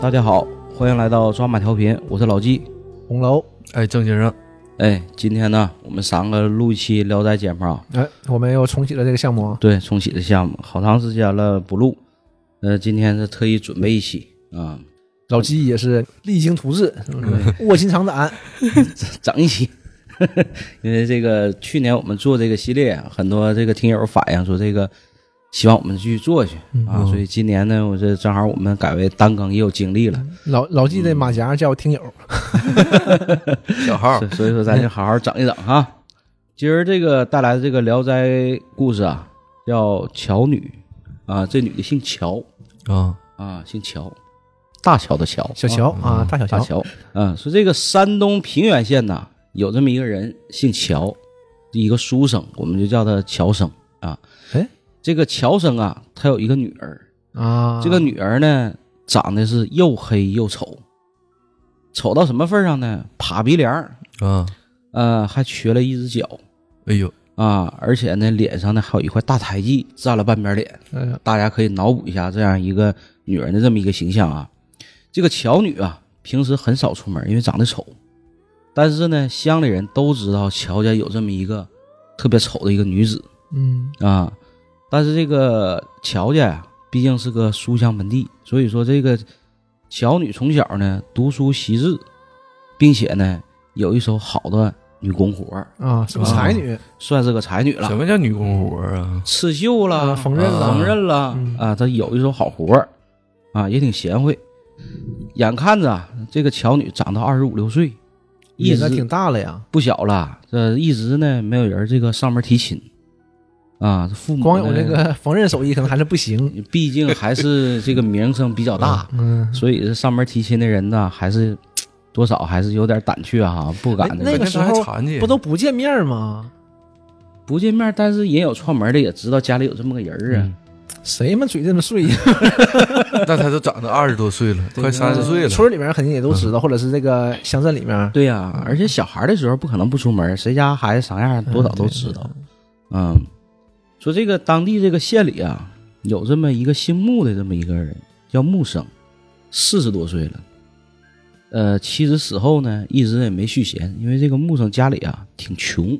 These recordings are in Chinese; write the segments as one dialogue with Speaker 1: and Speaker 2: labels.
Speaker 1: 大家好，欢迎来到抓马调频，我是老纪。
Speaker 2: 红楼，
Speaker 3: 哎，郑先生，
Speaker 1: 哎，今天呢，我们三个录一期《聊斋节目》啊，
Speaker 2: 哎，我们又重启了这个项目啊。
Speaker 1: 对，重启的项目，好长时间了不录，呃，今天是特意准备一期啊，
Speaker 2: 老纪也是励精图治，是不是卧薪尝胆。
Speaker 1: 整一期， 因为这个去年我们做这个系列，很多这个听友反映说这个希望我们继续做下去啊，所以今年呢，我这正好我们改为单更，也有精力了，
Speaker 2: 老老纪的马甲叫听友，
Speaker 3: 小
Speaker 2: 啊
Speaker 3: 号
Speaker 1: 所所以说咱就好好整一整哈、 今儿这个带来的这个《聊斋》故事啊，叫乔女啊，这女的姓乔
Speaker 3: 啊，
Speaker 1: 啊，姓乔，大乔的乔，
Speaker 2: 小乔
Speaker 3: 哦
Speaker 2: 啊，大小
Speaker 1: 大
Speaker 2: 乔。
Speaker 1: 乔。啊，说这个山东平原县呐，有这么一个人姓乔，一个书生，我们就叫他乔生啊。
Speaker 2: 哎，
Speaker 1: 这个乔生啊，他有一个女儿，
Speaker 2: 啊，
Speaker 1: 这个女儿呢，长得是又黑又丑，丑到什么份儿上呢？爬鼻梁儿，
Speaker 3: 啊，
Speaker 1: 呃，还瘸了一只脚
Speaker 3: 哎呦，
Speaker 1: 啊，而且呢，脸上呢还有一块大胎记，占了半边脸。
Speaker 2: 呃
Speaker 1: 大家可以脑补一下这样一个女人的这么一个形象啊。这个乔女啊，平时很少出门，因为长得丑。但是呢，乡里人都知道乔家有这么一个特别丑的一个女子
Speaker 2: 嗯，
Speaker 1: 啊。但是这个乔家呀、毕竟是个书香门第，所以说这个乔女从小呢读书习字，并且呢有一手好的女工活儿，
Speaker 2: 啊，是个才女，
Speaker 1: 算是个才女了
Speaker 3: 什。么叫女工活啊？
Speaker 1: 刺绣
Speaker 2: 啊
Speaker 1: 啦、
Speaker 2: 缝纫
Speaker 3: 啦
Speaker 1: 缝纫啦
Speaker 2: 嗯
Speaker 1: 啊，她有一手好活儿啊，也挺贤惠。眼看着啊这个乔女长到二十五六岁，一
Speaker 2: 也该
Speaker 1: 直
Speaker 2: 挺大了呀。
Speaker 1: 不小了，这一直呢没有人这个上门提亲啊，父母
Speaker 2: 光有
Speaker 1: 呢
Speaker 2: 这个缝纫手艺可能还是不行。
Speaker 1: 毕竟还是这个名声比
Speaker 3: 啊
Speaker 1: 较大，
Speaker 2: 嗯，
Speaker 1: 所以这上门提亲的人呢，还是多少还是有点胆怯哈、不敢
Speaker 2: 哎
Speaker 1: 这
Speaker 2: 那个
Speaker 3: 本身
Speaker 2: 时候
Speaker 3: 还残疾，
Speaker 2: 不都不见面吗？
Speaker 1: 不见面，但是也有串门的，也知道家里有这么个人儿啊。
Speaker 2: 嗯谁们嘴这么碎呀？
Speaker 3: 那他都长到二十多岁了，快三十岁了，
Speaker 2: 村里面肯定也都
Speaker 3: 嗯
Speaker 2: 知道，或者是这个乡镇里面。
Speaker 1: 对呀、而且小孩的时候不可能不出门，谁家孩子啥样多少都知道。嗯，说这个当地这个县里啊，有这么一个姓穆的这么一个人，叫穆生，四十多岁了。呃，妻子死后呢，一直也没续弦，因为这个穆生家里啊挺穷，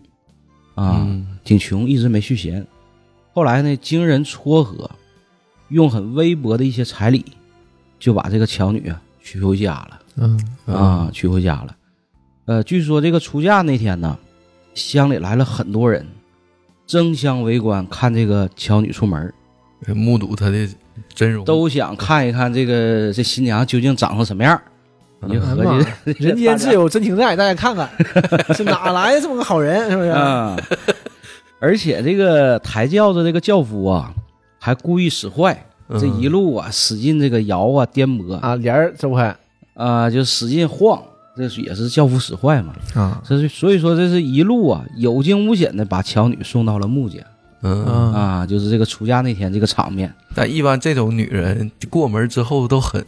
Speaker 1: 啊、
Speaker 3: 嗯
Speaker 1: 挺穷，一直没续弦。后来呢，经人撮合，用很微薄的一些彩礼，就把这个乔女啊娶回家了。
Speaker 2: 嗯，
Speaker 1: 啊，娶回家了。呃，据说这个出嫁那天呢，乡里来了很多人，争相围观看这个乔女出门儿，
Speaker 3: 目睹他的真容，
Speaker 1: 都想看一看这个这新娘究竟长成什么样儿。
Speaker 3: 嗯
Speaker 1: 你就合
Speaker 2: 哎呀
Speaker 1: 计
Speaker 2: 妈，人间自有真情在，大家看看，是哪来的这么个好人？是不是？
Speaker 1: 啊，而且这个抬轿子这个轿夫啊，还故意使坏，
Speaker 3: 嗯
Speaker 1: 这一路啊使劲这个摇啊颠簸啊、
Speaker 2: 啊，帘儿周开
Speaker 1: 就使劲晃，这是也是轿夫使坏嘛。
Speaker 2: 啊，
Speaker 1: 这是所以说这是一路啊有惊无险的把乔女送到了穆家。
Speaker 3: 嗯，
Speaker 2: 嗯，
Speaker 1: 啊，就是这个出嫁那天这个场面，
Speaker 3: 但一般这种女人过门之后都很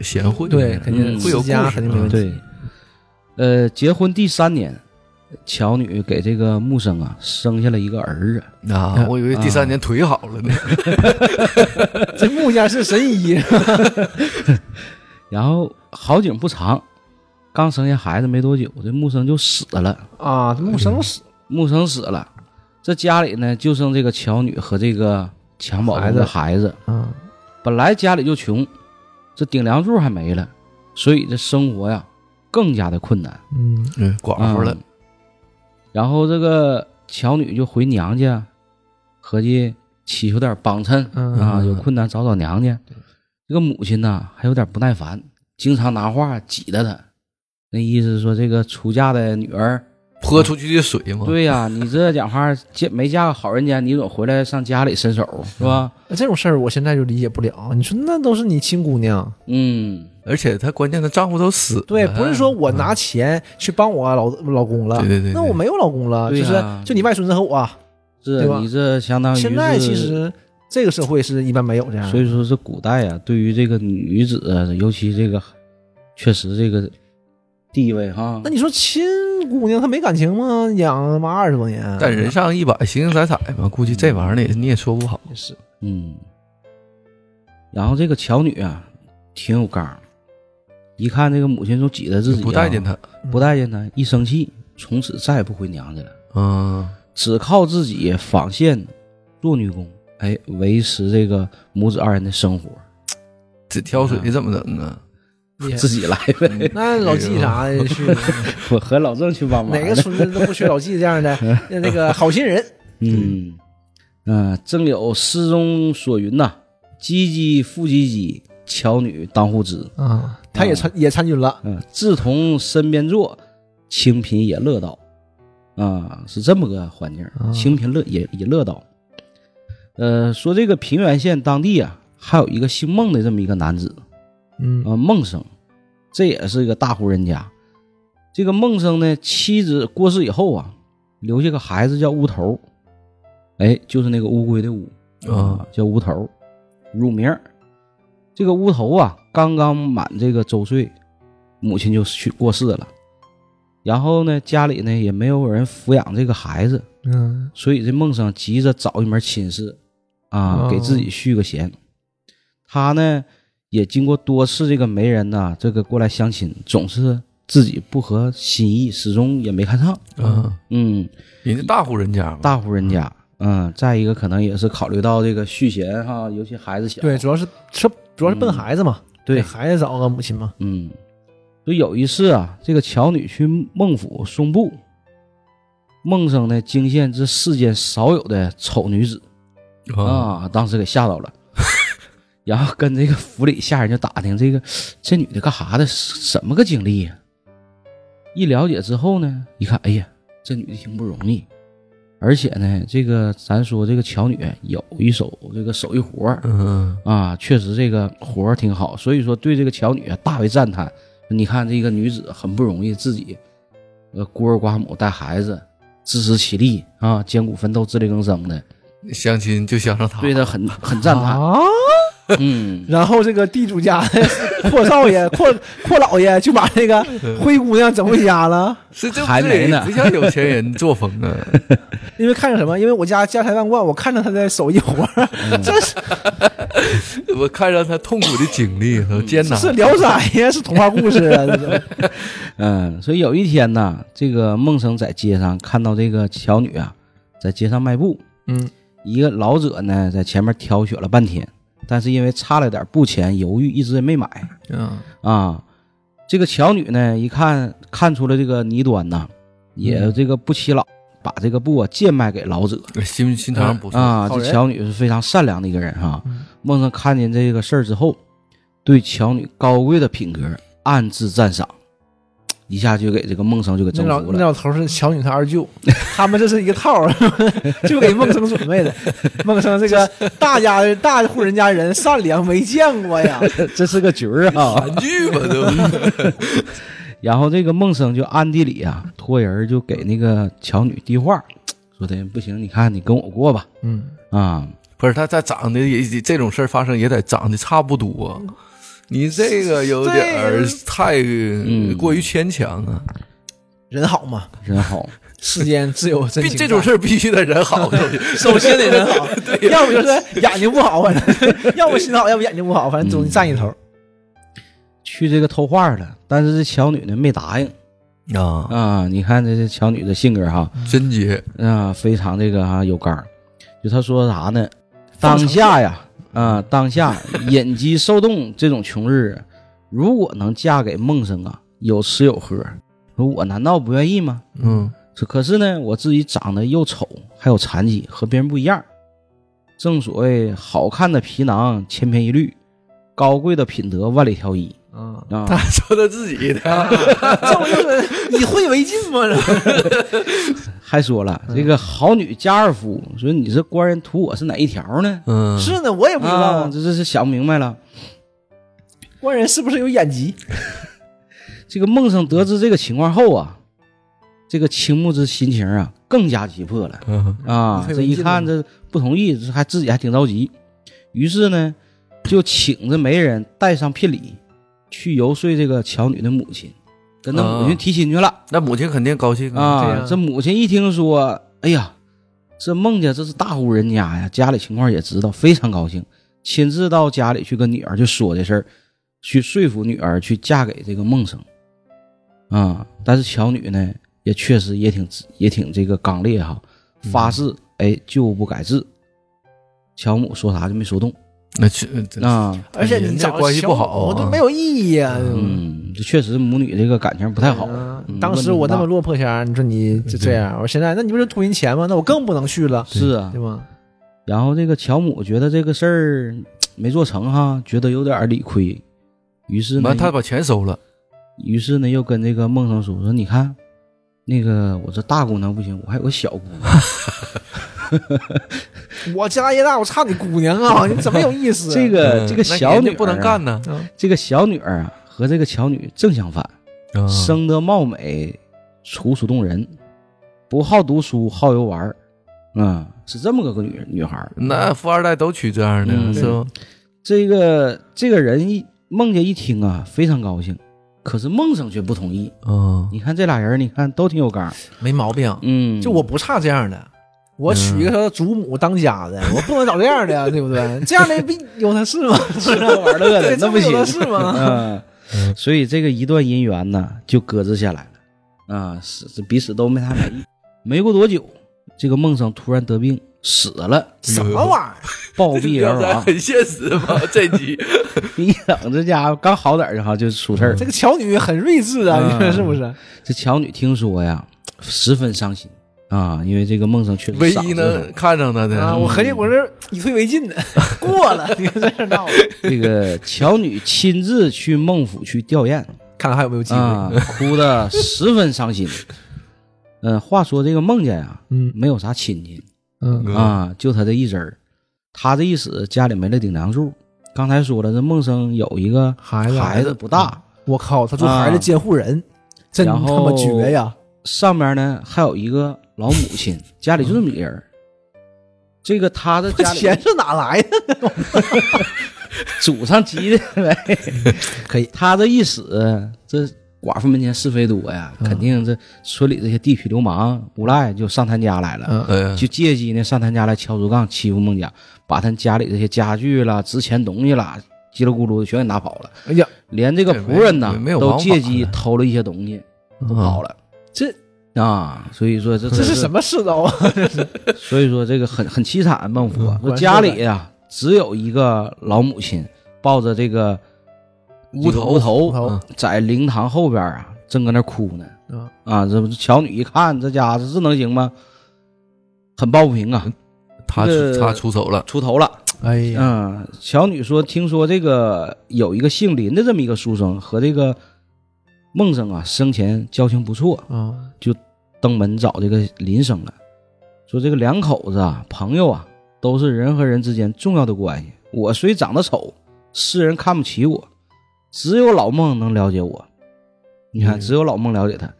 Speaker 3: 贤惠，
Speaker 2: 对肯定
Speaker 3: 嗯会有故
Speaker 2: 持家
Speaker 3: 事，
Speaker 2: 肯定没问题
Speaker 1: 对，呃，结婚第三年，乔女给这个木生啊生下了一个儿子，
Speaker 3: 嗯啊，我以为第三年腿好了呢，
Speaker 2: 这木匠是神 医，
Speaker 1: 然后好景不长，刚生下孩子没多久，这木生就死了，
Speaker 2: 啊，这木生死
Speaker 1: 木生死了，这家里呢就剩这个乔女和这个襁褓中的孩子，
Speaker 2: 啊，
Speaker 1: 本来家里就穷，这顶梁柱还没了，所以这生活呀更加的困难。
Speaker 2: 嗯，
Speaker 3: 嗯寡妇了
Speaker 1: 嗯，然后这个乔女就回娘家，合计祈求点帮衬
Speaker 2: 嗯
Speaker 1: 啊，有困难找找娘家。这个母亲呢还有点不耐烦，经常拿话挤得他，那意思是说这个出嫁的女儿，
Speaker 3: 泼出去的水
Speaker 2: 哦
Speaker 3: 嘛。
Speaker 1: 对呀、你这讲话嫁没嫁个好人家，你总回来上家里伸手是吧？
Speaker 2: 这种事儿我现在就理解不了。你说那都是你亲姑娘，
Speaker 1: 嗯，
Speaker 3: 而且她关键她丈夫都死了，
Speaker 2: 对，不是说我拿钱去帮我老老公了，
Speaker 3: 啊对对对对
Speaker 2: 那我没有老公了，
Speaker 1: 对
Speaker 2: 就
Speaker 1: 呀
Speaker 2: 是就你外孙子和我。对
Speaker 1: 这
Speaker 2: 吧
Speaker 1: 你这相当于
Speaker 2: 现在
Speaker 1: 是
Speaker 2: 其实这个社会是一般没有这样的，
Speaker 3: 嗯
Speaker 1: 所以说是古代啊，对于这个女子啊，尤其这个，确实这个地位哈
Speaker 2: 那，你说亲姑娘她没感情吗？养他妈二十多年，
Speaker 3: 但人上一百，形形色色嘛，估计这玩意儿你你也说不好。
Speaker 2: 也是
Speaker 1: 嗯。然后这个巧女啊，挺有刚儿，一看这个母亲都挤得自己、啊
Speaker 3: 不待见，她，嗯
Speaker 1: 不待见她，一生气，从此再也不回娘家了，
Speaker 3: 嗯，
Speaker 1: 只靠自己纺线做女工，哎，维持这个母子二人的生活，
Speaker 3: 这挑水怎么整啊？
Speaker 2: 厉害
Speaker 1: 自己来呗。
Speaker 2: 哎那老纪啥的去，
Speaker 1: 我和老郑去帮忙，
Speaker 2: 哪个村子都不缺老纪 这样的那个好心人。
Speaker 1: 嗯，嗯，正有诗中所云呐、唧唧复唧唧，巧女当户织。
Speaker 2: 啊，他也参也参军了，
Speaker 1: 嗯、志同身边坐，清贫也乐道。啊、是这么个环境，清贫乐也也乐道。呃，说这个平原县当地啊，还有一个姓孟的这么一个男子，
Speaker 2: 嗯
Speaker 1: 啊，孟生，这也是一个大户人家。这个孟生呢，妻子过世以后啊，留下个孩子叫乌头，哎，就是那个乌龟的乌
Speaker 3: 啊，
Speaker 1: 叫乌头，乳名儿。这个乌头啊，刚刚满这个周岁，母亲就去过世了。然后呢，家里呢也没有人抚养这个孩子，
Speaker 2: 嗯，
Speaker 1: 所以这孟生急着找一门亲事，啊，
Speaker 2: 哦
Speaker 1: 给自己续个弦。他呢也经过多次这个媒人呐、这个过来相亲，总是自己不合心意，始终也没看上。
Speaker 3: 嗯，
Speaker 1: 嗯，
Speaker 3: 人家大户人家嘛，
Speaker 1: 大户人家，嗯，再一个可能也是考虑到这个续弦哈，尤其孩子小，
Speaker 2: 对，主要是是主要是奔孩子嘛，
Speaker 1: 嗯对
Speaker 2: 给孩子找个母亲嘛，
Speaker 1: 嗯，就有一次啊，这个巧女去孟府送布，孟生呢惊现这世间少有的丑女子，
Speaker 3: 啊，
Speaker 1: 啊，当时给吓到了， 然后跟这个府里下人就打听这个这女的干哈的，什么个经历呀、一了解之后呢，一看，哎呀，这女的挺不容易，而且呢，这个咱说这个巧女有一手这个手艺活儿
Speaker 3: 嗯，
Speaker 1: 啊，确实这个活儿挺好，所以说对这个巧女啊大为赞叹。你看这个女子很不容易，自己呃孤儿寡母带孩子，自食其力啊，艰苦奋斗，自力更生的，
Speaker 3: 嗯相亲就相上她，
Speaker 1: 对她很很赞叹。
Speaker 2: 啊，
Speaker 1: 嗯，
Speaker 2: 然后这个地主家 的阔少爷、阔阔老爷就把那个灰姑娘整回家了，
Speaker 3: 是这
Speaker 1: 还没呢
Speaker 3: 这像有钱人作风啊，
Speaker 2: 因为看上什么？因为我家家财万贯，我看上他的手艺活儿，这是
Speaker 3: 我看上她痛苦的经历和艰难，
Speaker 2: 是《 聊斋》呀，是童话故事啊，这是
Speaker 1: 嗯，所以有一天呢，这个孟生在街上看到这个巧女啊，在街上迈步，
Speaker 2: 嗯，
Speaker 1: 一个老者呢在前面挑选了半天，但是因为差了点布钱，犹豫一直也没买
Speaker 3: 嗯
Speaker 1: 啊。这个巧女呢一看看出了这个泥端呐，也这个不欺老，把这个布啊贱卖给老者
Speaker 3: 心心肠不错，
Speaker 1: 啊。
Speaker 2: 好
Speaker 1: 这
Speaker 2: 人嗯
Speaker 1: 巧女是非常善良的一个人哈、孟生看见这个事儿之后，对巧女高贵的品格暗自赞赏，一下就给这个孟生就给
Speaker 2: 那
Speaker 1: 征
Speaker 2: 老
Speaker 1: 服
Speaker 2: 那
Speaker 1: 了。
Speaker 2: 老头是乔女他二舅， 他们这是一个套儿， 就给孟生准备的。孟生这个大家大户人家人善良，没见过呀。
Speaker 1: 这是个局儿啊！
Speaker 3: 韩剧嘛，对吧？
Speaker 1: 然后这个孟生就暗地里啊托人就给那个巧女递话，说的不行，你看你跟我过吧
Speaker 2: 嗯，
Speaker 1: 啊。
Speaker 3: 不是，他他长得也这种事儿发生也得长得差不多，你这个有点儿太
Speaker 1: 嗯
Speaker 3: 过于牵强啊！
Speaker 2: 人好嘛，
Speaker 1: 真好，
Speaker 2: 世间自有真
Speaker 3: 必
Speaker 2: 情。
Speaker 3: 这种事儿必须得人好，
Speaker 1: 嗯
Speaker 2: 首先得人 好，要不就是眼睛不好，反 正要不心好，要不眼睛不好，反
Speaker 1: 嗯
Speaker 2: 正总占一 头。
Speaker 1: 去这个偷话了，但是这巧女呢没答应
Speaker 3: 啊，
Speaker 1: 啊。你看这这巧女的性格哈，
Speaker 3: 贞洁，
Speaker 1: 啊，非常这个哈、有刚儿，就他说啥呢？当下呀，啊，当下忍饥受冻这种穷日子，如果能嫁给孟生啊，有吃有喝，我难道不愿意吗？
Speaker 3: 嗯，
Speaker 1: 这可是呢，我自己长得又丑，还有残疾，和别人不一样。正所谓好看的皮囊千篇一律，高贵的品德万里挑一。
Speaker 2: 嗯，
Speaker 1: 啊
Speaker 3: 他，还说他自己的，
Speaker 2: 这不就是以会为镜吗？
Speaker 1: 嗯
Speaker 2: 这
Speaker 1: 还说了
Speaker 2: 嗯
Speaker 1: 这个好女加尔夫，说你这官人图我是哪一条呢？
Speaker 3: 嗯，
Speaker 2: 是呢，我也不知道
Speaker 1: 啊，
Speaker 2: 啊。
Speaker 1: 这这是想不明白了。
Speaker 2: 官人是不是有眼疾？
Speaker 1: 这个孟生得知这个情况后啊，这个青木之心情啊更加急迫了
Speaker 3: 嗯
Speaker 1: 啊！
Speaker 2: 你太
Speaker 1: 这
Speaker 2: 没
Speaker 1: 一
Speaker 2: 劲
Speaker 1: 看
Speaker 2: 了
Speaker 1: 这不同意，这还自己还挺着急，于是呢就请着媒人带上聘礼，去游说这个巧女的母亲，跟她母亲
Speaker 3: 啊
Speaker 1: 提亲去了
Speaker 3: 那母亲肯定高兴
Speaker 1: 啊！
Speaker 2: 这样
Speaker 1: 这母亲一听说，哎呀，这孟家这是大户人家呀，家里情况也知道，非常高兴，亲自到家里去跟女儿就说这事儿，去说服女儿去嫁给这个孟生。啊、但是巧女呢，也确实也挺也挺这个刚烈哈，
Speaker 2: 嗯
Speaker 1: 发誓哎旧不改制。巧母说啥就没说动
Speaker 3: 那去，这
Speaker 1: 啊，
Speaker 2: 而且
Speaker 3: 人
Speaker 2: 你
Speaker 3: 家
Speaker 2: 找
Speaker 3: 关系不好啊
Speaker 2: 我都没有意义啊。
Speaker 1: 嗯，这确实母女这个感情不太好。
Speaker 2: 嗯
Speaker 1: 嗯
Speaker 2: 当时我那么落魄下，你说你这这样，我现在那你不是图人钱吗？那我更不能去了，
Speaker 1: 是啊
Speaker 2: 对，吧？
Speaker 1: 然后这个巧母觉得这个事儿没做成哈，觉得有点儿理亏，于是呢
Speaker 3: 完，他把钱收了，
Speaker 1: 于是呢，又跟这个孟生说：“说你看，那个我这大姑娘不行，我还有个小姑 娘。
Speaker 2: 我家业大，我差你姑娘 啊，嗯你怎么有意思？
Speaker 1: 这个这个
Speaker 3: 嗯那
Speaker 1: 小
Speaker 3: 人
Speaker 1: 女
Speaker 3: 家
Speaker 1: 儿啊
Speaker 3: 不能干，呢，
Speaker 1: 这个小女儿啊和这个巧女正相反，
Speaker 3: 啊
Speaker 1: 生得貌美，楚楚动人，不好读书，好游玩儿，嗯，是这么个个女女孩儿。
Speaker 3: 那富二代都娶这样
Speaker 1: 嗯
Speaker 3: 的，是吧？
Speaker 1: 这个这个人一孟家一听啊，非常高兴，可是孟生却不同意。
Speaker 3: 嗯，
Speaker 1: 你看这俩人，你看都挺有刚，
Speaker 2: 没毛病。
Speaker 1: 嗯，
Speaker 2: 就我不差这样的，我娶一个他祖母当家 的，我不能找这样的呀，对不对？这样的比有他是吗？
Speaker 1: 吃喝玩乐的
Speaker 2: 对，
Speaker 1: 那
Speaker 2: 这
Speaker 1: 不行
Speaker 2: 有他。是吗？
Speaker 1: 嗯，所以这个一段姻缘呢就搁置下来了，啊，是是彼此都没太满意。没过多久，这个孟生突然得病死了，
Speaker 2: 什么玩意儿？
Speaker 1: 暴毙而
Speaker 3: 这
Speaker 1: 亡。
Speaker 3: 很现实 嘛，这集
Speaker 1: 一整这家伙刚好点儿就哈就出事儿
Speaker 2: 这
Speaker 1: 了。
Speaker 2: 个巧女很睿智啊，
Speaker 1: 嗯
Speaker 2: 你说是不是？
Speaker 1: 这巧女听说呀，十分伤心啊，因为这个孟生确实
Speaker 3: 唯
Speaker 1: 嗓
Speaker 3: 一
Speaker 1: 子
Speaker 3: 能
Speaker 1: 疼
Speaker 3: 看上他
Speaker 2: 啊，
Speaker 3: 的，
Speaker 2: 我合计我是以退为 进的，过了，你看这闹的，
Speaker 1: 这个巧女亲自去孟府去吊唁
Speaker 2: 看看还有没有机
Speaker 1: 啊
Speaker 2: 会。，
Speaker 1: 哭的十分伤 心。嗯，话说这个孟家呀，
Speaker 2: 嗯
Speaker 1: 没有啥亲戚，
Speaker 2: 嗯
Speaker 3: 嗯
Speaker 1: 啊，就他这一侄儿，他这一死，家里没了顶梁柱。刚才说了，这孟生有一个
Speaker 2: 孩子
Speaker 1: 孩子不大，
Speaker 2: 我靠，他做孩子监护人，真他
Speaker 1: 然后
Speaker 2: 妈绝呀！
Speaker 1: 上面呢还有一个老母 亲，家里就这么一人儿。这个他的 家
Speaker 2: 钱
Speaker 1: 里
Speaker 2: 是哪来的？
Speaker 1: 祖上积的呗，
Speaker 2: 可以，
Speaker 1: 他这一死，这寡妇门前是非多呀，
Speaker 2: 嗯
Speaker 1: 肯定这村里这些地痞流氓无赖就上他家来了。
Speaker 2: 嗯，
Speaker 3: 哎呀
Speaker 1: 就借机呢上他家来敲竹杠，欺负孟家，把他家里这些家具啦、值钱东西啦，叽里咕噜的全给拿跑了。
Speaker 2: 哎呀，
Speaker 1: 连这个
Speaker 3: 对
Speaker 1: 仆人呐
Speaker 3: 没没有
Speaker 1: 都
Speaker 3: 王法
Speaker 1: 借机
Speaker 3: 的
Speaker 1: 偷了一些东西，都跑
Speaker 3: 嗯
Speaker 1: 了。
Speaker 2: 这
Speaker 1: 啊，所以说这
Speaker 2: 这是
Speaker 1: 是
Speaker 2: 什？么世道啊？
Speaker 1: 所以说这个很很凄惨，孟府啊
Speaker 2: 嗯
Speaker 1: 家里呀、只有一个老母亲抱着这个
Speaker 3: 乌
Speaker 1: 这个
Speaker 3: 头嗯
Speaker 1: 乌头
Speaker 2: 头
Speaker 1: 在灵堂后边啊，正搁那哭呢。
Speaker 2: 嗯
Speaker 1: 啊，这不是巧女一看这家伙这能行吗？很抱不平啊，
Speaker 2: 嗯
Speaker 3: 他
Speaker 1: 这
Speaker 3: 出
Speaker 1: 个
Speaker 3: 他出手了，
Speaker 1: 出头了。
Speaker 2: 哎呀，
Speaker 1: 嗯，小女说，听说这个有一个姓林的这么一个书生和这个孟生啊，生前交情不错，
Speaker 2: 啊，
Speaker 1: 登门找这个林生了，说这个两口子啊，朋友啊，都是人和人之间重要的关系。我虽长得丑，世人看不起我，只有老孟能了解我。你看，
Speaker 2: 嗯
Speaker 1: 只有老孟了解他。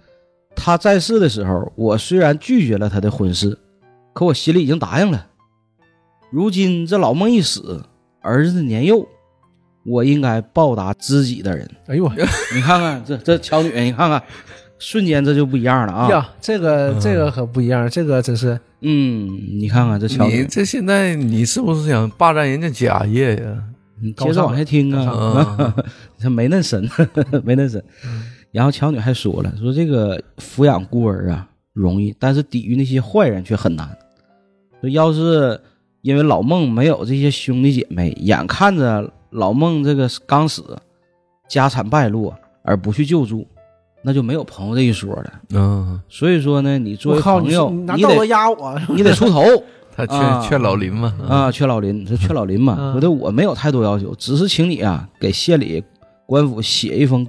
Speaker 1: 他在世的时候，我虽然拒绝了他的婚事，可我心里已经答应了。如今这老孟一死，儿子年幼，我应该报答知己的人。
Speaker 2: 哎呦，
Speaker 1: 你看看这这巧女，你看看，瞬间这就不一样了啊！
Speaker 2: 哎呀，这个这个可不一样，这个真是
Speaker 1: 嗯，你看看这小
Speaker 3: 你
Speaker 1: 女，
Speaker 3: 这现在你是不是想霸占人家家业呀？嗯
Speaker 1: 你接着往下听啊， 她没那神， 没那神。然后乔女还说了，说这个抚养孤儿啊容易，但是抵御那些坏人却很难。说要是因为老孟没有这些兄弟姐妹，眼看着老孟这个刚死，家产败落而不去救助，那就没有朋友这一说了。
Speaker 3: 嗯，
Speaker 1: 所以说呢，你作
Speaker 2: 我
Speaker 1: 为
Speaker 2: 靠，
Speaker 1: 朋
Speaker 2: 你
Speaker 1: 友，
Speaker 2: 你拿
Speaker 1: 你
Speaker 2: 刀子
Speaker 1: 得
Speaker 2: 压我，
Speaker 1: 你得出头。
Speaker 3: 他
Speaker 1: 啊
Speaker 3: 劝劝老林嘛，
Speaker 1: 啊，缺老林，这缺老林嘛，
Speaker 2: 嗯
Speaker 1: 我对我没有太多要求，只是请你啊给县里官府写一封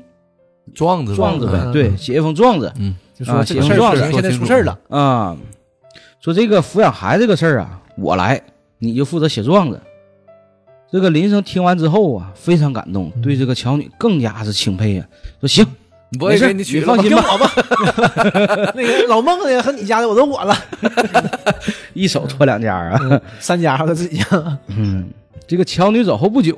Speaker 3: 状子
Speaker 1: 状子呗，
Speaker 2: 嗯
Speaker 1: 对，写一封状子
Speaker 3: 嗯，
Speaker 2: 就说
Speaker 1: 啊
Speaker 2: 这个
Speaker 1: 行
Speaker 2: 事儿
Speaker 1: 状
Speaker 2: 不
Speaker 1: 子
Speaker 2: 行，现在
Speaker 3: 说清
Speaker 2: 出
Speaker 3: 楚
Speaker 2: 事 儿了，
Speaker 1: 啊，说这个抚养孩子这个事儿啊，我来，你就负责写状子。这个林生听完之后啊，非常感
Speaker 2: 嗯
Speaker 1: 动，对这个乔女更加是钦佩呀、啊说行，
Speaker 3: 我
Speaker 1: 没
Speaker 3: 也
Speaker 1: 事
Speaker 3: 给你取
Speaker 1: 你
Speaker 3: 了
Speaker 1: 放
Speaker 3: 吧
Speaker 1: 心
Speaker 2: 给
Speaker 1: 吧，
Speaker 2: 我吧。那个老孟那个和你家的我都我了，
Speaker 1: 一手托两家啊。
Speaker 2: 三家和他自己一样，
Speaker 1: 嗯，这个乔女走后不久，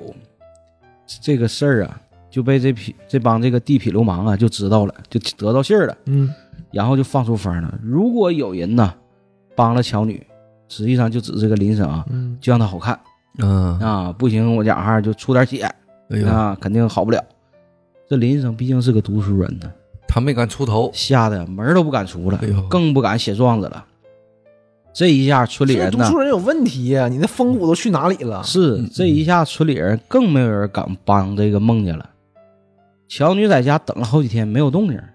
Speaker 1: 这个事儿啊就被这批这帮这个地痞流氓啊就知道了，就得到信儿了，
Speaker 2: 嗯，
Speaker 1: 然后就放出风了。如果有人呢帮了乔女，实际上就指这个林生啊，
Speaker 2: 嗯
Speaker 1: 就让他好看
Speaker 3: 嗯，
Speaker 1: 啊，不行我讲哈就出点血
Speaker 3: 哎呦，
Speaker 1: 啊，肯定好不了。这林生毕竟是个读书人呢，
Speaker 3: 他没敢出头，
Speaker 1: 吓得门儿都不敢出了
Speaker 3: 哎呦，
Speaker 1: 更不敢写状子了。这一下村里
Speaker 2: 这
Speaker 1: 人
Speaker 2: 读
Speaker 1: 呢
Speaker 2: 书，人有问题呀，你那风骨都去哪里了？
Speaker 1: 是这一下，村里人更没有人敢帮这个孟家了。乔女在家等了好几天没有动静儿，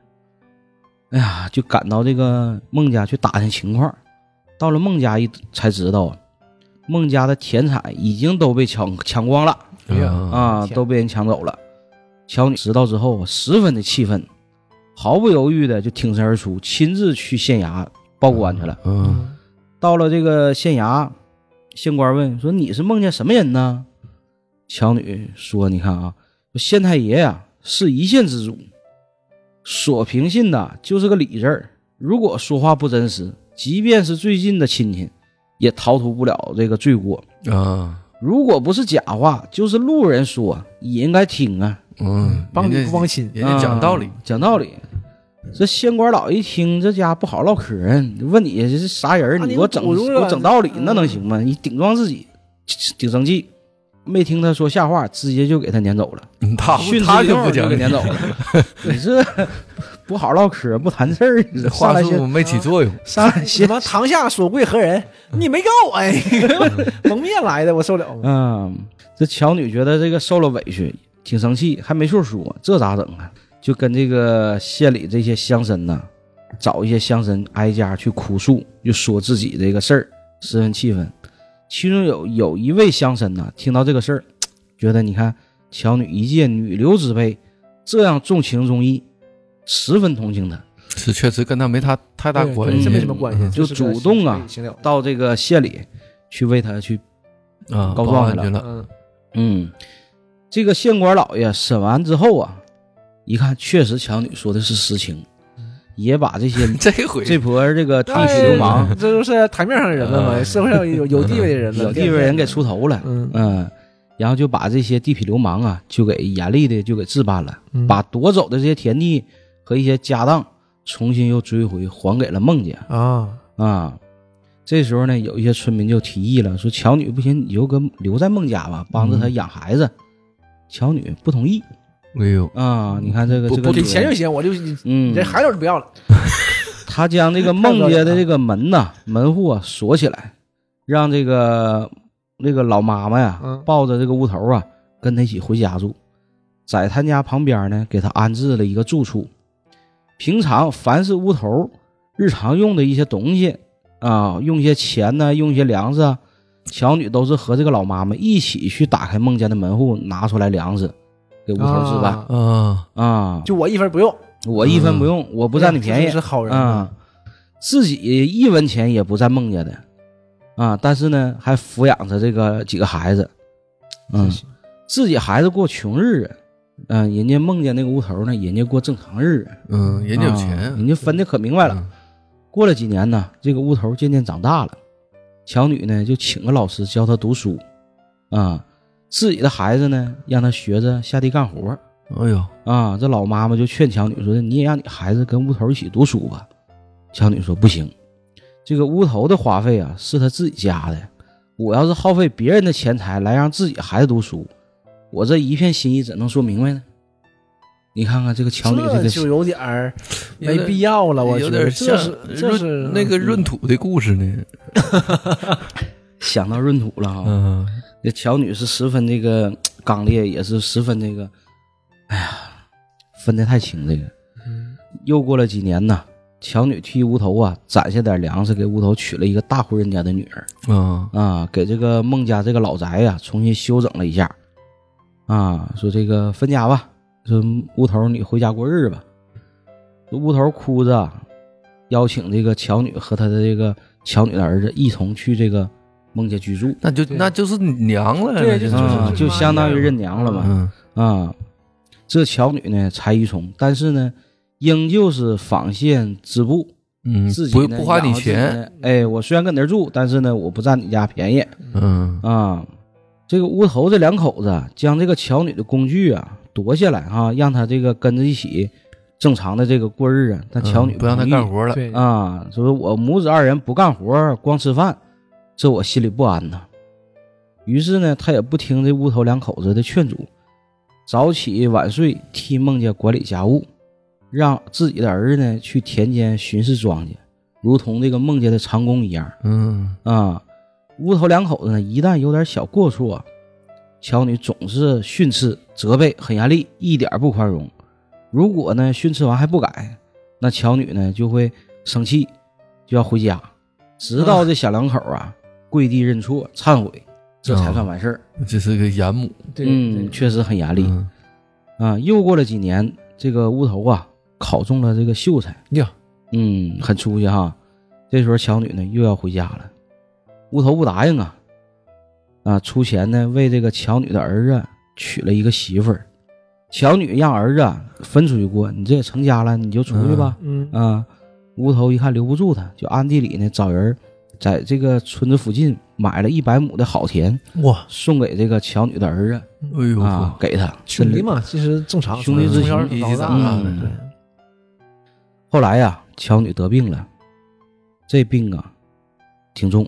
Speaker 1: 哎呀，就赶到这个孟家去打听情况。到了孟家一才知道啊，孟家的田产已经都被抢抢光了
Speaker 2: 哎呀
Speaker 3: 啊，
Speaker 1: 啊，
Speaker 2: 天
Speaker 1: 都被人抢走了。乔女知道之后啊，十分的气愤，毫不犹豫的就挺身而出，亲自去县衙报官去了。
Speaker 3: 嗯，
Speaker 1: 到了这个县衙，县官问说：“你是孟家什么人呢？”乔女说：“你看啊，说县太爷呀、是一县之主，所平信呐就是个理字儿。如果说话不真实，即便是最近的亲戚，也逃脱不了这个罪过。
Speaker 3: 啊，
Speaker 1: 如果不是假话，就是路人说，也应该听啊。
Speaker 3: 嗯，
Speaker 2: 帮
Speaker 3: 人
Speaker 2: 你
Speaker 3: 家
Speaker 2: 不帮亲
Speaker 3: 人家讲道理
Speaker 1: 啊，讲道理。”这县官老一听，这家不好唠嗑儿，问你这是啥人儿，
Speaker 2: 啊
Speaker 1: 你
Speaker 2: 你
Speaker 1: 给我
Speaker 2: 给
Speaker 1: 整
Speaker 2: 我
Speaker 1: 给
Speaker 2: 堵住了嗯
Speaker 1: 我整道理，那能行吗？你顶撞自己，挺生气。没听他说下话，直接就给他撵走了，
Speaker 3: 嗯他
Speaker 1: 训斥
Speaker 3: 他
Speaker 1: 一
Speaker 3: 就
Speaker 1: 通
Speaker 3: 不
Speaker 1: 就
Speaker 3: 讲
Speaker 1: 给 撵走了。你这 不好唠嗑儿，不谈事儿，你这上
Speaker 3: 话
Speaker 1: 来
Speaker 3: 术
Speaker 1: 先
Speaker 3: 没起作用，
Speaker 1: 上来
Speaker 2: 什
Speaker 1: 先
Speaker 2: 么堂下所贵何人？你没告我哎，蒙面来的，我受了吗？
Speaker 1: 嗯，这乔女觉得这个受了委屈，挺生气，还没处说，这咋整啊？就跟这个县里这些乡绅呐，找一些乡绅挨家去哭诉，就说自己这个事儿，十分气愤。其中有有一位乡绅呐，听到这个事儿，觉得你看乔女一介女流之辈，这样重情重义，十分同情她。
Speaker 3: 是确实跟他没他太大
Speaker 2: 对
Speaker 3: 关
Speaker 2: 跟
Speaker 3: 系，
Speaker 2: 这没什么关系，
Speaker 1: 就是主
Speaker 2: 个
Speaker 1: 动啊
Speaker 2: 行了，
Speaker 1: 嗯到这个县里去为她去
Speaker 3: 嗯啊，
Speaker 1: 告
Speaker 3: 报
Speaker 1: 状
Speaker 3: 案
Speaker 1: 去
Speaker 3: 去了，
Speaker 2: 嗯，
Speaker 1: 嗯，这个县官老爷审完之后啊，一看确实强女说的是实情，也把这些
Speaker 3: 这回
Speaker 1: 这波儿这个地痞流氓、
Speaker 2: 哎这都是台面上的人了嘛，
Speaker 3: 嗯
Speaker 2: 社会上有有地位的人
Speaker 1: 嗯
Speaker 2: 了，
Speaker 1: 有地位人给出头了，
Speaker 2: 嗯
Speaker 1: 嗯，然后就把这些地痞流氓啊，就给严厉的就给治办了，
Speaker 2: 嗯
Speaker 1: 把夺走的这些田地和一些家当重新又追回，还给了孟家
Speaker 2: 啊，
Speaker 1: 啊。这时候呢，有一些村民就提议了，说乔女不行，你就跟留在孟家吧，帮着她养孩子。乔女不同意，
Speaker 3: 哎呦，
Speaker 1: 啊，你看这个
Speaker 3: 不
Speaker 1: 这个
Speaker 2: 给
Speaker 1: 女
Speaker 2: 钱
Speaker 1: 人
Speaker 2: 就行，我就你
Speaker 1: 嗯，
Speaker 2: 这孩子我就不要了，
Speaker 1: 他将这个
Speaker 2: 太
Speaker 1: 孟
Speaker 2: 高
Speaker 1: 家
Speaker 2: 兴
Speaker 1: 的
Speaker 2: 了
Speaker 1: 这个门呐、门户啊锁起来，让这个那个老妈妈呀、
Speaker 2: 嗯
Speaker 1: 抱着这个屋头啊跟他一起回家住，在他家旁边呢给他安置了一个住处，平常凡是屋头日常用的一些东西啊，用一些钱呢、用一些粮食啊，乔女都是和这个老妈妈一起去打开孟家的门户，拿出来粮食给屋头置办
Speaker 2: 啊
Speaker 3: 啊，
Speaker 1: 啊。
Speaker 2: 就我一分不用，哎
Speaker 1: 我一分不用，我不占你便宜
Speaker 2: 嗯这，是好人
Speaker 1: 啊、自己一文钱也不占孟家的啊，但是呢，还抚养着这个几个孩子，嗯
Speaker 2: 真是，
Speaker 1: 自己孩子过穷日子，嗯、人家孟家那个屋头呢，人家过正常日子，
Speaker 3: 嗯，人家有
Speaker 1: 啊
Speaker 3: 钱
Speaker 1: 人，家分的可明白
Speaker 2: 嗯
Speaker 1: 了。过了几年呢，这个屋头渐渐长大了，乔女呢就请个老师教她读书，啊，自己的孩子呢让她学着下地干活儿，
Speaker 3: 哎呦，
Speaker 1: 啊，这老妈妈就劝强女说：“你也让你孩子跟屋头一起读书吧。”强女说：“不行，这个屋头的花费啊是他自己家的，我要是耗费别人的钱财来让自己孩子读书，我这一片心意怎能说明白呢？你看看这个强女这
Speaker 2: 这
Speaker 1: 个
Speaker 2: 就有点儿没必要了，我觉
Speaker 3: 有
Speaker 2: 得
Speaker 3: 点
Speaker 2: 这
Speaker 3: 像
Speaker 2: 是这是嗯
Speaker 3: 闰那个闰土的故事呢，
Speaker 1: 想到闰土了啊哈、
Speaker 3: 嗯，
Speaker 1: 这乔女是十分这个刚烈，也是十分这个，哎呀，分得太清这个。又过了几年呢，乔女替乌头啊攒下点粮食，给乌头娶了一个大户人家的女儿
Speaker 3: 啊，
Speaker 1: 啊，给这个孟家这个老宅呀、重新修整了一下啊，说这个分家吧，说乌头你回家过日子吧。乌头哭着邀请这个乔女和他的这个乔女的儿子一同去这个孟家居住，
Speaker 3: 那就
Speaker 2: 对
Speaker 3: 那就是娘了，
Speaker 2: 对
Speaker 3: 那
Speaker 2: 就是
Speaker 1: 啊，就相当于认娘了嘛。
Speaker 3: 嗯
Speaker 1: 啊，这乔女呢才愚从，但是呢，仍旧是纺线织布，
Speaker 3: 嗯
Speaker 1: 自，己
Speaker 3: 不
Speaker 1: 呢
Speaker 3: 不花你。
Speaker 1: 养
Speaker 3: 钱，
Speaker 1: 活自己呢哎，我虽然跟你这儿住，但是呢，我不占你家便宜
Speaker 3: 嗯
Speaker 1: 啊。这个乌头这两口子将这个乔女的工具啊夺下来啊，让她这个跟着一起正常的这个过日啊。但乔女
Speaker 3: 嗯不让他
Speaker 1: 同意
Speaker 3: 干活了，
Speaker 2: 对，
Speaker 1: 啊，说我母子二人不干活，光吃饭，这我心里不安呐。于是呢，他也不听这乌头两口子的劝阻，早起晚睡，替孟家管理家务，让自己的儿子呢去田间巡视庄稼，如同这个孟家的长工一样
Speaker 3: 嗯
Speaker 1: 啊。乌头两口子呢，一旦有点小过错啊，乔女总是训斥、责备，很严厉，一点儿不宽容。如果呢训斥完还不改，那乔女呢就会生气，就要回家，直到这小两口啊跪地认错、忏悔，这才算完事儿。
Speaker 3: 这是个严母，
Speaker 2: 啊对，
Speaker 1: 嗯，
Speaker 2: 对
Speaker 1: 确实很严厉
Speaker 3: 嗯
Speaker 1: 啊。又过了几年，这个乌头啊考中了这个秀才，
Speaker 2: 呀，
Speaker 1: 嗯，很出息哈。这时候乔女呢又要回家了，乌头不答应啊，啊，出钱呢为这个乔女的儿子娶了一个媳妇儿。乔女让儿子啊分出去过，你这也成家了，你就出去吧。
Speaker 2: 嗯
Speaker 1: 啊，乌头一看留不住他，就暗地里呢找人，在这个村子附近买了一百亩的好田，
Speaker 2: 哇，
Speaker 1: 送给这个乔女的儿子
Speaker 3: 哎呦
Speaker 1: 啊，给他
Speaker 2: 兄弟。嘛，其实正常，
Speaker 1: 兄弟之嗯
Speaker 2: 从小
Speaker 3: 情
Speaker 2: 长
Speaker 3: 一起长
Speaker 2: 大啊
Speaker 3: 大
Speaker 1: 的
Speaker 2: 对
Speaker 1: 后来呀、乔女得病了，这病啊挺重。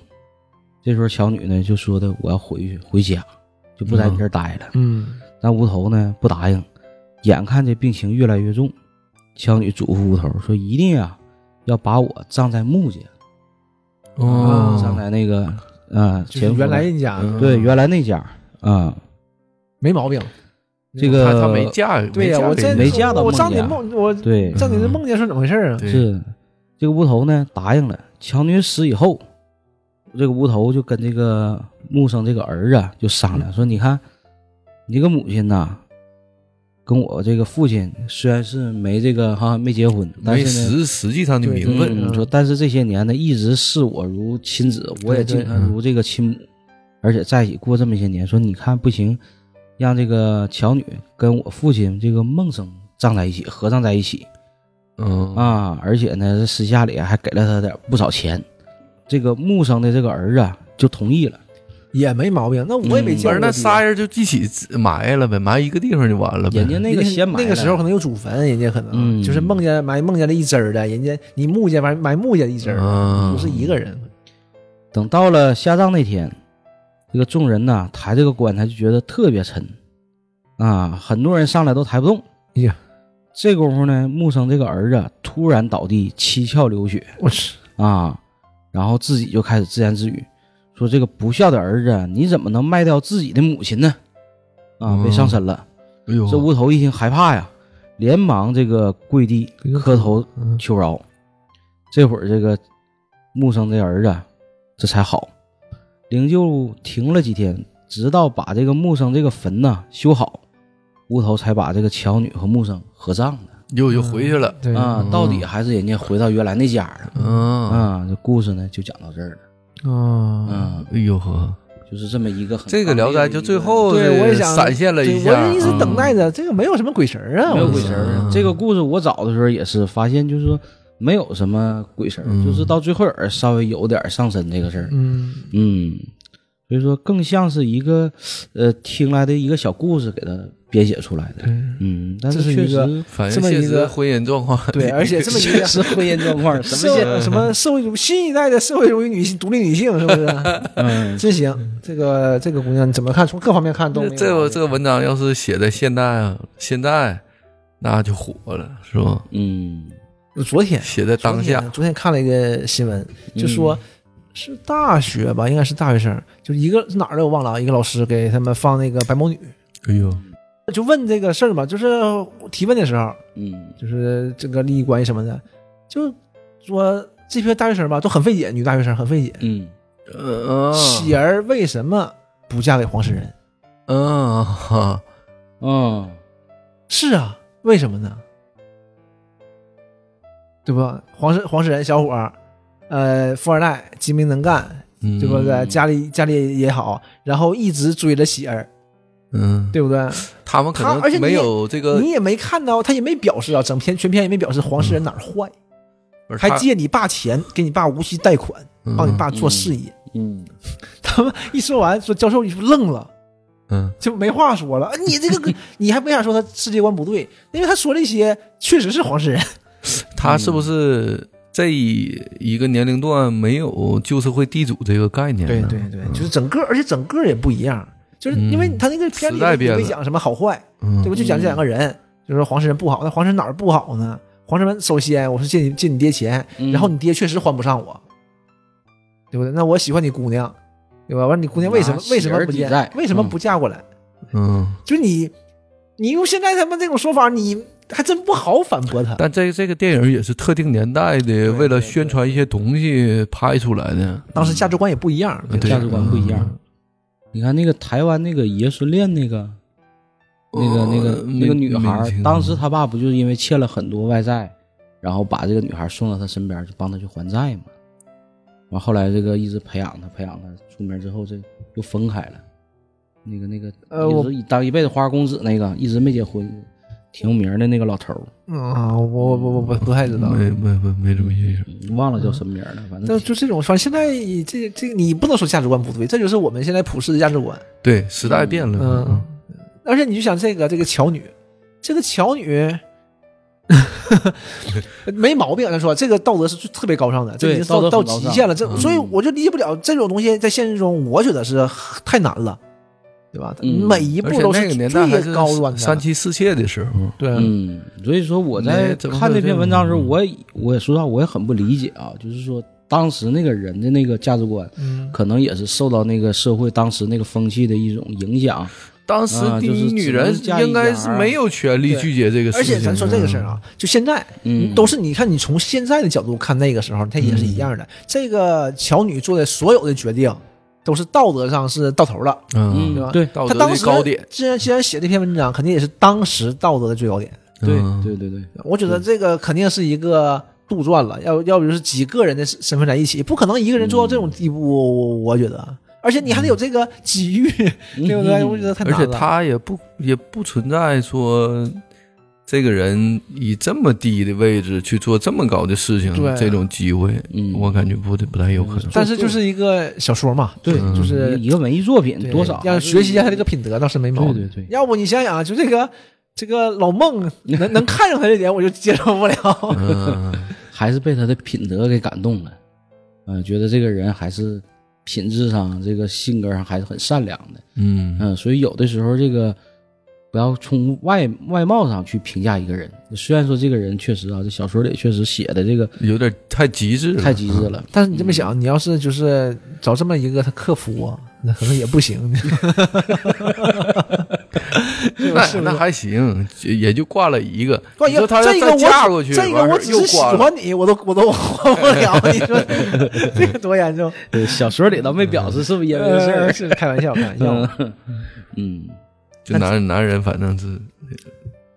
Speaker 1: 这时候乔女呢就说的我要回去回家，就不在你这儿待了。
Speaker 2: 嗯，
Speaker 1: 但乌头呢不答应，眼看这病情越来越重，乔女嘱咐乌头说一定呀、要把我葬在墓家，
Speaker 3: 哦
Speaker 1: 葬在那个呃
Speaker 2: 就是
Speaker 1: 前夫
Speaker 2: 原来人家
Speaker 3: 嗯
Speaker 1: 对原来那家啊、
Speaker 2: 没毛病，
Speaker 1: 这个
Speaker 3: 他他没嫁，
Speaker 2: 对呀，
Speaker 3: 没嫁
Speaker 2: 我
Speaker 3: 给
Speaker 2: 真
Speaker 1: 没
Speaker 3: 人
Speaker 1: 嫁到
Speaker 2: 我
Speaker 1: 孟
Speaker 2: 上你
Speaker 1: 家
Speaker 2: 梦，我
Speaker 1: 对
Speaker 2: 上你的梦见是怎么回事啊？
Speaker 3: 对
Speaker 1: 是这个乌头呢答应了。乔女死以后，这个乌头就跟这个木生这个儿子啊就商量说：“你看，你这个母亲呐，跟我这个父亲虽然是没这个哈没结婚，但
Speaker 3: 没
Speaker 1: 是呢。”
Speaker 3: 实实际上的
Speaker 2: 对
Speaker 3: 名分，
Speaker 1: 嗯，说但是这些年呢，一直视我如亲子，我也
Speaker 2: 对对
Speaker 1: 敬他如这个亲母，而且在一起过这么些年，说你看不行，让这个乔女跟我父亲这个孟生葬在一起，合葬在一起
Speaker 3: 嗯
Speaker 1: 啊，而且呢，私下里还给了他点不少钱。这个木生的这个儿子啊就同意了，
Speaker 2: 也没毛病，那我也没见
Speaker 3: 不是
Speaker 2: 过
Speaker 3: 那
Speaker 2: 地
Speaker 3: 仨人就一起埋了呗，埋一个地方就完了呗。
Speaker 1: 人家那个先买
Speaker 2: 那个时候可
Speaker 1: 了
Speaker 2: 能有祖坟，人家可能、
Speaker 1: 嗯
Speaker 2: 就是孟家埋孟家的一支儿的，人家你穆家买买穆家一支儿的，
Speaker 3: 嗯
Speaker 2: 不是一个人。
Speaker 1: 等到了下葬那天，这个众人呐、抬这个棺材就觉得特别沉啊，很多人上来都抬不动。
Speaker 2: 哎呀，
Speaker 1: 这功夫呢，木生这个儿子突然倒地，七窍流血
Speaker 2: 我去，
Speaker 1: 啊，然后自己就开始自言自语，说这个不孝的儿子，你怎么能卖掉自己的母亲呢？啊，被上身了。
Speaker 3: 哎呦，
Speaker 2: 哦
Speaker 1: 这乌头一听害怕呀，连忙这个跪地磕头
Speaker 2: 嗯
Speaker 1: 求饶。这会儿这个木生这儿子这才好，灵柩停了几天，直到把这个木生这个坟呐修好，乌头才把这个乔女和木生合葬了。
Speaker 3: 又又回去了。
Speaker 2: 对哦
Speaker 1: 啊，到底还是人家回到原来那家了。
Speaker 3: 嗯，
Speaker 1: 啊，这故事呢就讲到这儿了。
Speaker 2: 啊，
Speaker 1: 嗯，
Speaker 3: 哎呦呵，
Speaker 1: 就是这么一个很
Speaker 3: 这个
Speaker 1: 刚
Speaker 3: 《
Speaker 1: 烈
Speaker 3: 聊
Speaker 1: 的》
Speaker 3: 斋就
Speaker 1: 一个
Speaker 3: 最后
Speaker 2: 对我也想
Speaker 3: 闪现了
Speaker 2: 对
Speaker 3: 一下，嗯
Speaker 2: 我就一直等待着这个没有什么鬼神儿啊，
Speaker 1: 没有
Speaker 2: 我
Speaker 1: 鬼
Speaker 2: 就
Speaker 1: 神
Speaker 2: 是
Speaker 1: 儿。这个故事我找的时候也是发现，就是说没有什么鬼神儿，
Speaker 3: 嗯
Speaker 1: 就是到最后儿稍微有点儿上身这个事儿。
Speaker 2: 嗯，
Speaker 1: 嗯，所以说更像是一个呃听来的一个小故事给它编写出来的。嗯，但
Speaker 2: 这是
Speaker 1: 确
Speaker 2: 一个
Speaker 1: 实
Speaker 3: 反
Speaker 2: 这
Speaker 3: 映
Speaker 2: 么一
Speaker 3: 现
Speaker 2: 个
Speaker 3: 实的婚姻状况。
Speaker 2: 对，而且这么一
Speaker 1: 确
Speaker 2: 个啊
Speaker 1: 实婚姻状况，什
Speaker 2: 社
Speaker 1: 么
Speaker 2: 会什么社会主义新一代的社会主义女性独立女性是不是？
Speaker 1: 嗯
Speaker 2: 真行，这个这个姑娘你怎么看？从各方面看都没
Speaker 3: 这
Speaker 2: 有毛
Speaker 3: 这个
Speaker 2: 病
Speaker 3: 这个文章要是写在现代啊，现在那就火了，是吧？
Speaker 1: 嗯
Speaker 2: 昨天
Speaker 3: 写在当
Speaker 2: 昨
Speaker 3: 下
Speaker 2: 天，昨天看了一个新闻，就说、是大学吧，应该是大学生，就一个是哪儿的我忘了，啊，一个老师给他们放那个白毛女，
Speaker 3: 哎呦，
Speaker 2: 就问这个事儿嘛，就是提问的时候，
Speaker 1: 嗯
Speaker 2: 就是这个利益关系什么的，就说这批大学生吧都很费解，女大学生很费解，
Speaker 1: 嗯
Speaker 3: 嗯
Speaker 2: 喜儿为
Speaker 3: 嗯
Speaker 2: 什么不嫁给黄世仁？
Speaker 3: 嗯，哈
Speaker 1: 嗯
Speaker 2: 是啊，为什么呢？对吧？黄世黄世仁小伙儿，呃，富二代，精明能干，
Speaker 3: 嗯
Speaker 2: 对不对？家里家里也好，然后一直追着喜儿，
Speaker 3: 嗯，
Speaker 2: 对不对？
Speaker 3: 他们可
Speaker 2: 他而且
Speaker 3: 能
Speaker 2: 你
Speaker 3: 没
Speaker 2: 也
Speaker 3: 有这个，
Speaker 2: 你也没看到，他也没表示啊，整篇全篇也没表示黄世仁哪儿坏，
Speaker 3: 不是
Speaker 2: 还
Speaker 3: 嗯他嗯
Speaker 2: 借你爸钱，给你爸无息贷款，帮你爸做事业。
Speaker 1: 嗯，
Speaker 2: 他们一说完，说教授，你是不是愣了？
Speaker 3: 嗯
Speaker 2: 就没话说了。啊你这个， 你还没法说他世界观不对，因为他说这些确实是黄世仁。
Speaker 3: 他是不是这一个年龄段没有旧社会地主这个概念？
Speaker 2: 对对，对，就是整个，而且整个也不一样，就是因为他那个片里
Speaker 3: 时代
Speaker 2: 也
Speaker 3: 变
Speaker 2: 没
Speaker 3: 了
Speaker 2: 讲什么好坏，
Speaker 3: 嗯
Speaker 2: 对吧？就讲这两个人，就是说黄世仁不好，那黄世仁哪儿不好呢？黄世仁首先我是借你借你爹钱，
Speaker 1: 嗯
Speaker 2: 然后你爹确实还不上我，对不对？那我喜欢你姑娘，对吧？完了你姑娘为什么
Speaker 1: 拿
Speaker 2: 为什么
Speaker 1: 喜儿
Speaker 2: 不
Speaker 1: 抵
Speaker 2: 见
Speaker 1: 债？
Speaker 2: 为什么
Speaker 1: 嗯
Speaker 2: 不嫁过来？
Speaker 3: 嗯，
Speaker 2: 就你，你用现在他们这种说法，你还真不好反驳他。
Speaker 3: 但这这个电影也是特定年代的，为了宣传一些东西拍出来的。
Speaker 2: 当时价值观也不一样，
Speaker 3: 嗯
Speaker 2: 对
Speaker 1: 价值观不一样。
Speaker 3: 嗯
Speaker 1: 你看那个台湾那个爷孙恋那个，那个
Speaker 3: 哦
Speaker 1: 那个
Speaker 3: 没
Speaker 1: 那个女孩
Speaker 3: 没听
Speaker 1: 儿，
Speaker 3: 过
Speaker 1: 当时他爸不就是因为欠了很多外债，然后把这个女孩送到他身边，就帮他去还债嘛。完后来这个一直培养他，培养他出名之后，这又分开了。那个那个，
Speaker 2: 呃我
Speaker 1: 一直当一辈子花花公子那个，一直没结婚，挺有名的那个老头儿，
Speaker 2: 嗯啊，我我我我不太知道。
Speaker 3: 没没没没这么印象。
Speaker 1: 嗯忘了叫什么名儿了，反
Speaker 2: 但
Speaker 1: 正
Speaker 2: 嗯就这种，反正现在这这你不能说价值观不对，这就是我们现在普世的价值观。
Speaker 3: 对，时代变了。
Speaker 2: 嗯，而且你就想这个这个巧女，这个巧女没毛病。咱说这个道德是最特别高尚的，这
Speaker 1: 对
Speaker 2: 已经到
Speaker 1: 道德
Speaker 2: 到
Speaker 1: 很高
Speaker 2: 极
Speaker 1: 尚
Speaker 2: 限了。这
Speaker 1: 嗯
Speaker 2: 所以我就理解不了这种东西在现实中，我觉得是太难了，对吧？
Speaker 1: 嗯
Speaker 2: 每一步
Speaker 3: 而且
Speaker 2: 都
Speaker 3: 那个
Speaker 2: 是
Speaker 3: 年代还
Speaker 2: 最
Speaker 3: 是
Speaker 2: 高端的，
Speaker 3: 三妻四妾的时候，
Speaker 2: 对啊，
Speaker 1: 嗯，所以说我在
Speaker 3: 哎怎么
Speaker 1: 看
Speaker 3: 会
Speaker 1: 这
Speaker 3: 这
Speaker 1: 篇
Speaker 3: 样
Speaker 1: 文章的时候，
Speaker 3: 嗯
Speaker 1: 我也我也说实话，我也很不理解啊，就是说当时那个人的那个价值观，
Speaker 2: 嗯，
Speaker 1: 可能也是受到那个社会当时那个风气的一种影响。
Speaker 3: 当时
Speaker 1: 啊
Speaker 3: 第
Speaker 1: 就是
Speaker 3: 一女
Speaker 1: 只
Speaker 3: 人
Speaker 1: 能嫁一
Speaker 3: 应该是
Speaker 1: 家儿啊
Speaker 3: 没有权利
Speaker 2: 对
Speaker 3: 拒绝这个事
Speaker 2: 而
Speaker 3: 情。嗯
Speaker 2: 且咱说这个事儿啊，就现在，
Speaker 1: 嗯
Speaker 2: 都是你看你从现在的角度看那个时候，它也是一样的。这个巧女做的所有的决定，都是道德上是到头了。
Speaker 3: 嗯，
Speaker 2: 对吧
Speaker 1: 嗯，对
Speaker 3: 道
Speaker 2: 他
Speaker 3: 德
Speaker 2: 当
Speaker 3: 的
Speaker 2: 时
Speaker 3: 高点。
Speaker 2: 既然既然写这篇文章，肯定也是当时道德的最高点。
Speaker 1: 对
Speaker 3: 嗯
Speaker 1: 对对对，
Speaker 2: 我觉得这个肯定是一个杜撰了，要要不就是几个人的身身份在一起，不可能一个人做到
Speaker 3: 嗯
Speaker 2: 这种地步。我我觉得，而且你还得有这个机遇，对不对？
Speaker 1: 嗯
Speaker 2: 我觉得太难了。
Speaker 3: 而且他也不也不存在说这个人以这么低的位置去做这么高的事情，
Speaker 2: 对啊
Speaker 3: 这种机会，
Speaker 1: 嗯
Speaker 3: 我感觉不不太有可能。
Speaker 2: 但是就是一个小说嘛，
Speaker 1: 对
Speaker 3: 嗯
Speaker 2: 就就是
Speaker 1: 一个文艺作品
Speaker 2: 对
Speaker 1: 多少
Speaker 2: 要
Speaker 1: 还是
Speaker 2: 学习一下他这个品德，倒是没毛
Speaker 1: 对
Speaker 2: 病。
Speaker 1: 对对，
Speaker 2: 要不你想想啊，就这个这个老孟能能看上他这点，我就接受不 了。
Speaker 3: 嗯，
Speaker 1: 还是被他的品德给感动了。嗯、觉得这个人还是品质上、这个性格上还是很善良的。
Speaker 3: 嗯，
Speaker 1: 嗯，所以有的时候这个不要从外外貌上去评价一个人。虽然说这个人确实啊，这小说里确实写的这个
Speaker 3: 有点太极致
Speaker 2: 啊
Speaker 3: 了，
Speaker 1: 太极致了，
Speaker 2: 但是你这么想，你要是就是找这么一个他克服啊，那可能也不 行。
Speaker 3: 那那还行，也也就挂了一个。
Speaker 2: 关
Speaker 3: 你
Speaker 2: 键
Speaker 3: 说他
Speaker 2: 这个
Speaker 3: 再
Speaker 2: 我
Speaker 3: 嫁
Speaker 2: 只
Speaker 3: 过去，
Speaker 2: 这个
Speaker 3: 完事
Speaker 2: 我
Speaker 3: 儿
Speaker 2: 只
Speaker 3: 又
Speaker 2: 是喜
Speaker 3: 挂了。
Speaker 2: 欢你，我都我都活不 了。你说这个多严重？
Speaker 1: 对小说里倒没表示是不是因为这事儿
Speaker 2: 呃。是开玩笑，开玩笑。
Speaker 1: 嗯，
Speaker 3: 就男男人反正是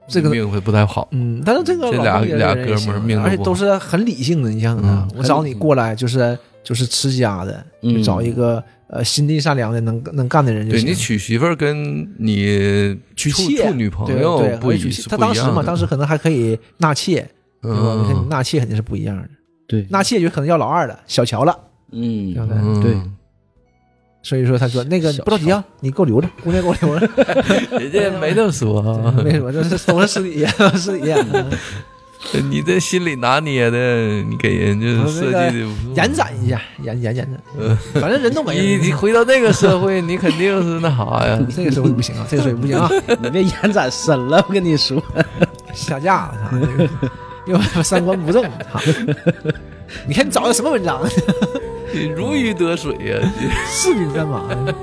Speaker 2: 这个
Speaker 3: 命会不太好。
Speaker 2: 嗯，但是这个
Speaker 3: 这
Speaker 2: 老
Speaker 3: 俩
Speaker 2: 公也
Speaker 3: 俩
Speaker 2: 有点
Speaker 3: 哥们儿命都
Speaker 2: 而且
Speaker 3: 不
Speaker 2: 都
Speaker 3: 好嗯
Speaker 2: 是很理性的。你想想啊，我找你过来就是就是持家的，
Speaker 1: 嗯
Speaker 2: 就找一个呃心地善良的能能干的人就
Speaker 3: 对
Speaker 2: 行
Speaker 3: 你。娶媳妇儿跟你
Speaker 2: 娶
Speaker 3: 处
Speaker 2: 妾
Speaker 3: 处女朋
Speaker 2: 对
Speaker 3: 友
Speaker 2: 对，
Speaker 3: 不
Speaker 2: 而
Speaker 3: 一
Speaker 2: 且娶
Speaker 3: 是
Speaker 2: 妻他
Speaker 3: 不一
Speaker 2: 当时
Speaker 3: 样
Speaker 2: 嘛，
Speaker 3: 的
Speaker 2: 当时可能还可以纳妾，对吧？你看你
Speaker 3: 嗯
Speaker 2: 纳妾肯定是不一样的，
Speaker 1: 对，
Speaker 2: 纳妾就可能要老二了，小乔了。
Speaker 1: 嗯
Speaker 2: 对不对
Speaker 3: 嗯
Speaker 1: 对，
Speaker 2: 所以说，他说那个
Speaker 1: 小
Speaker 2: 不着急啊，你给我留着，姑娘给我 留着。
Speaker 3: 人家没这么说，
Speaker 2: 没什么，这是都是私 底下私底下的，
Speaker 3: 你这心里拿捏的，你给人家
Speaker 2: 我
Speaker 3: 设
Speaker 2: 那个
Speaker 3: 计的不错
Speaker 2: 延展一下，延延延
Speaker 3: 嗯
Speaker 2: 展， 反正人都
Speaker 3: 你
Speaker 2: 没
Speaker 3: 你
Speaker 2: 了。
Speaker 3: 回到那个社会，你肯定是那 啥呀？
Speaker 2: 这个社会不行啊，这个社会不行啊，
Speaker 1: 你别延展深了，我跟你说，
Speaker 2: 下架了啥的，又三观不正。操 你看你找的什么文 章？啊
Speaker 3: 你如鱼得水呀、
Speaker 2: 士兵干嘛呢？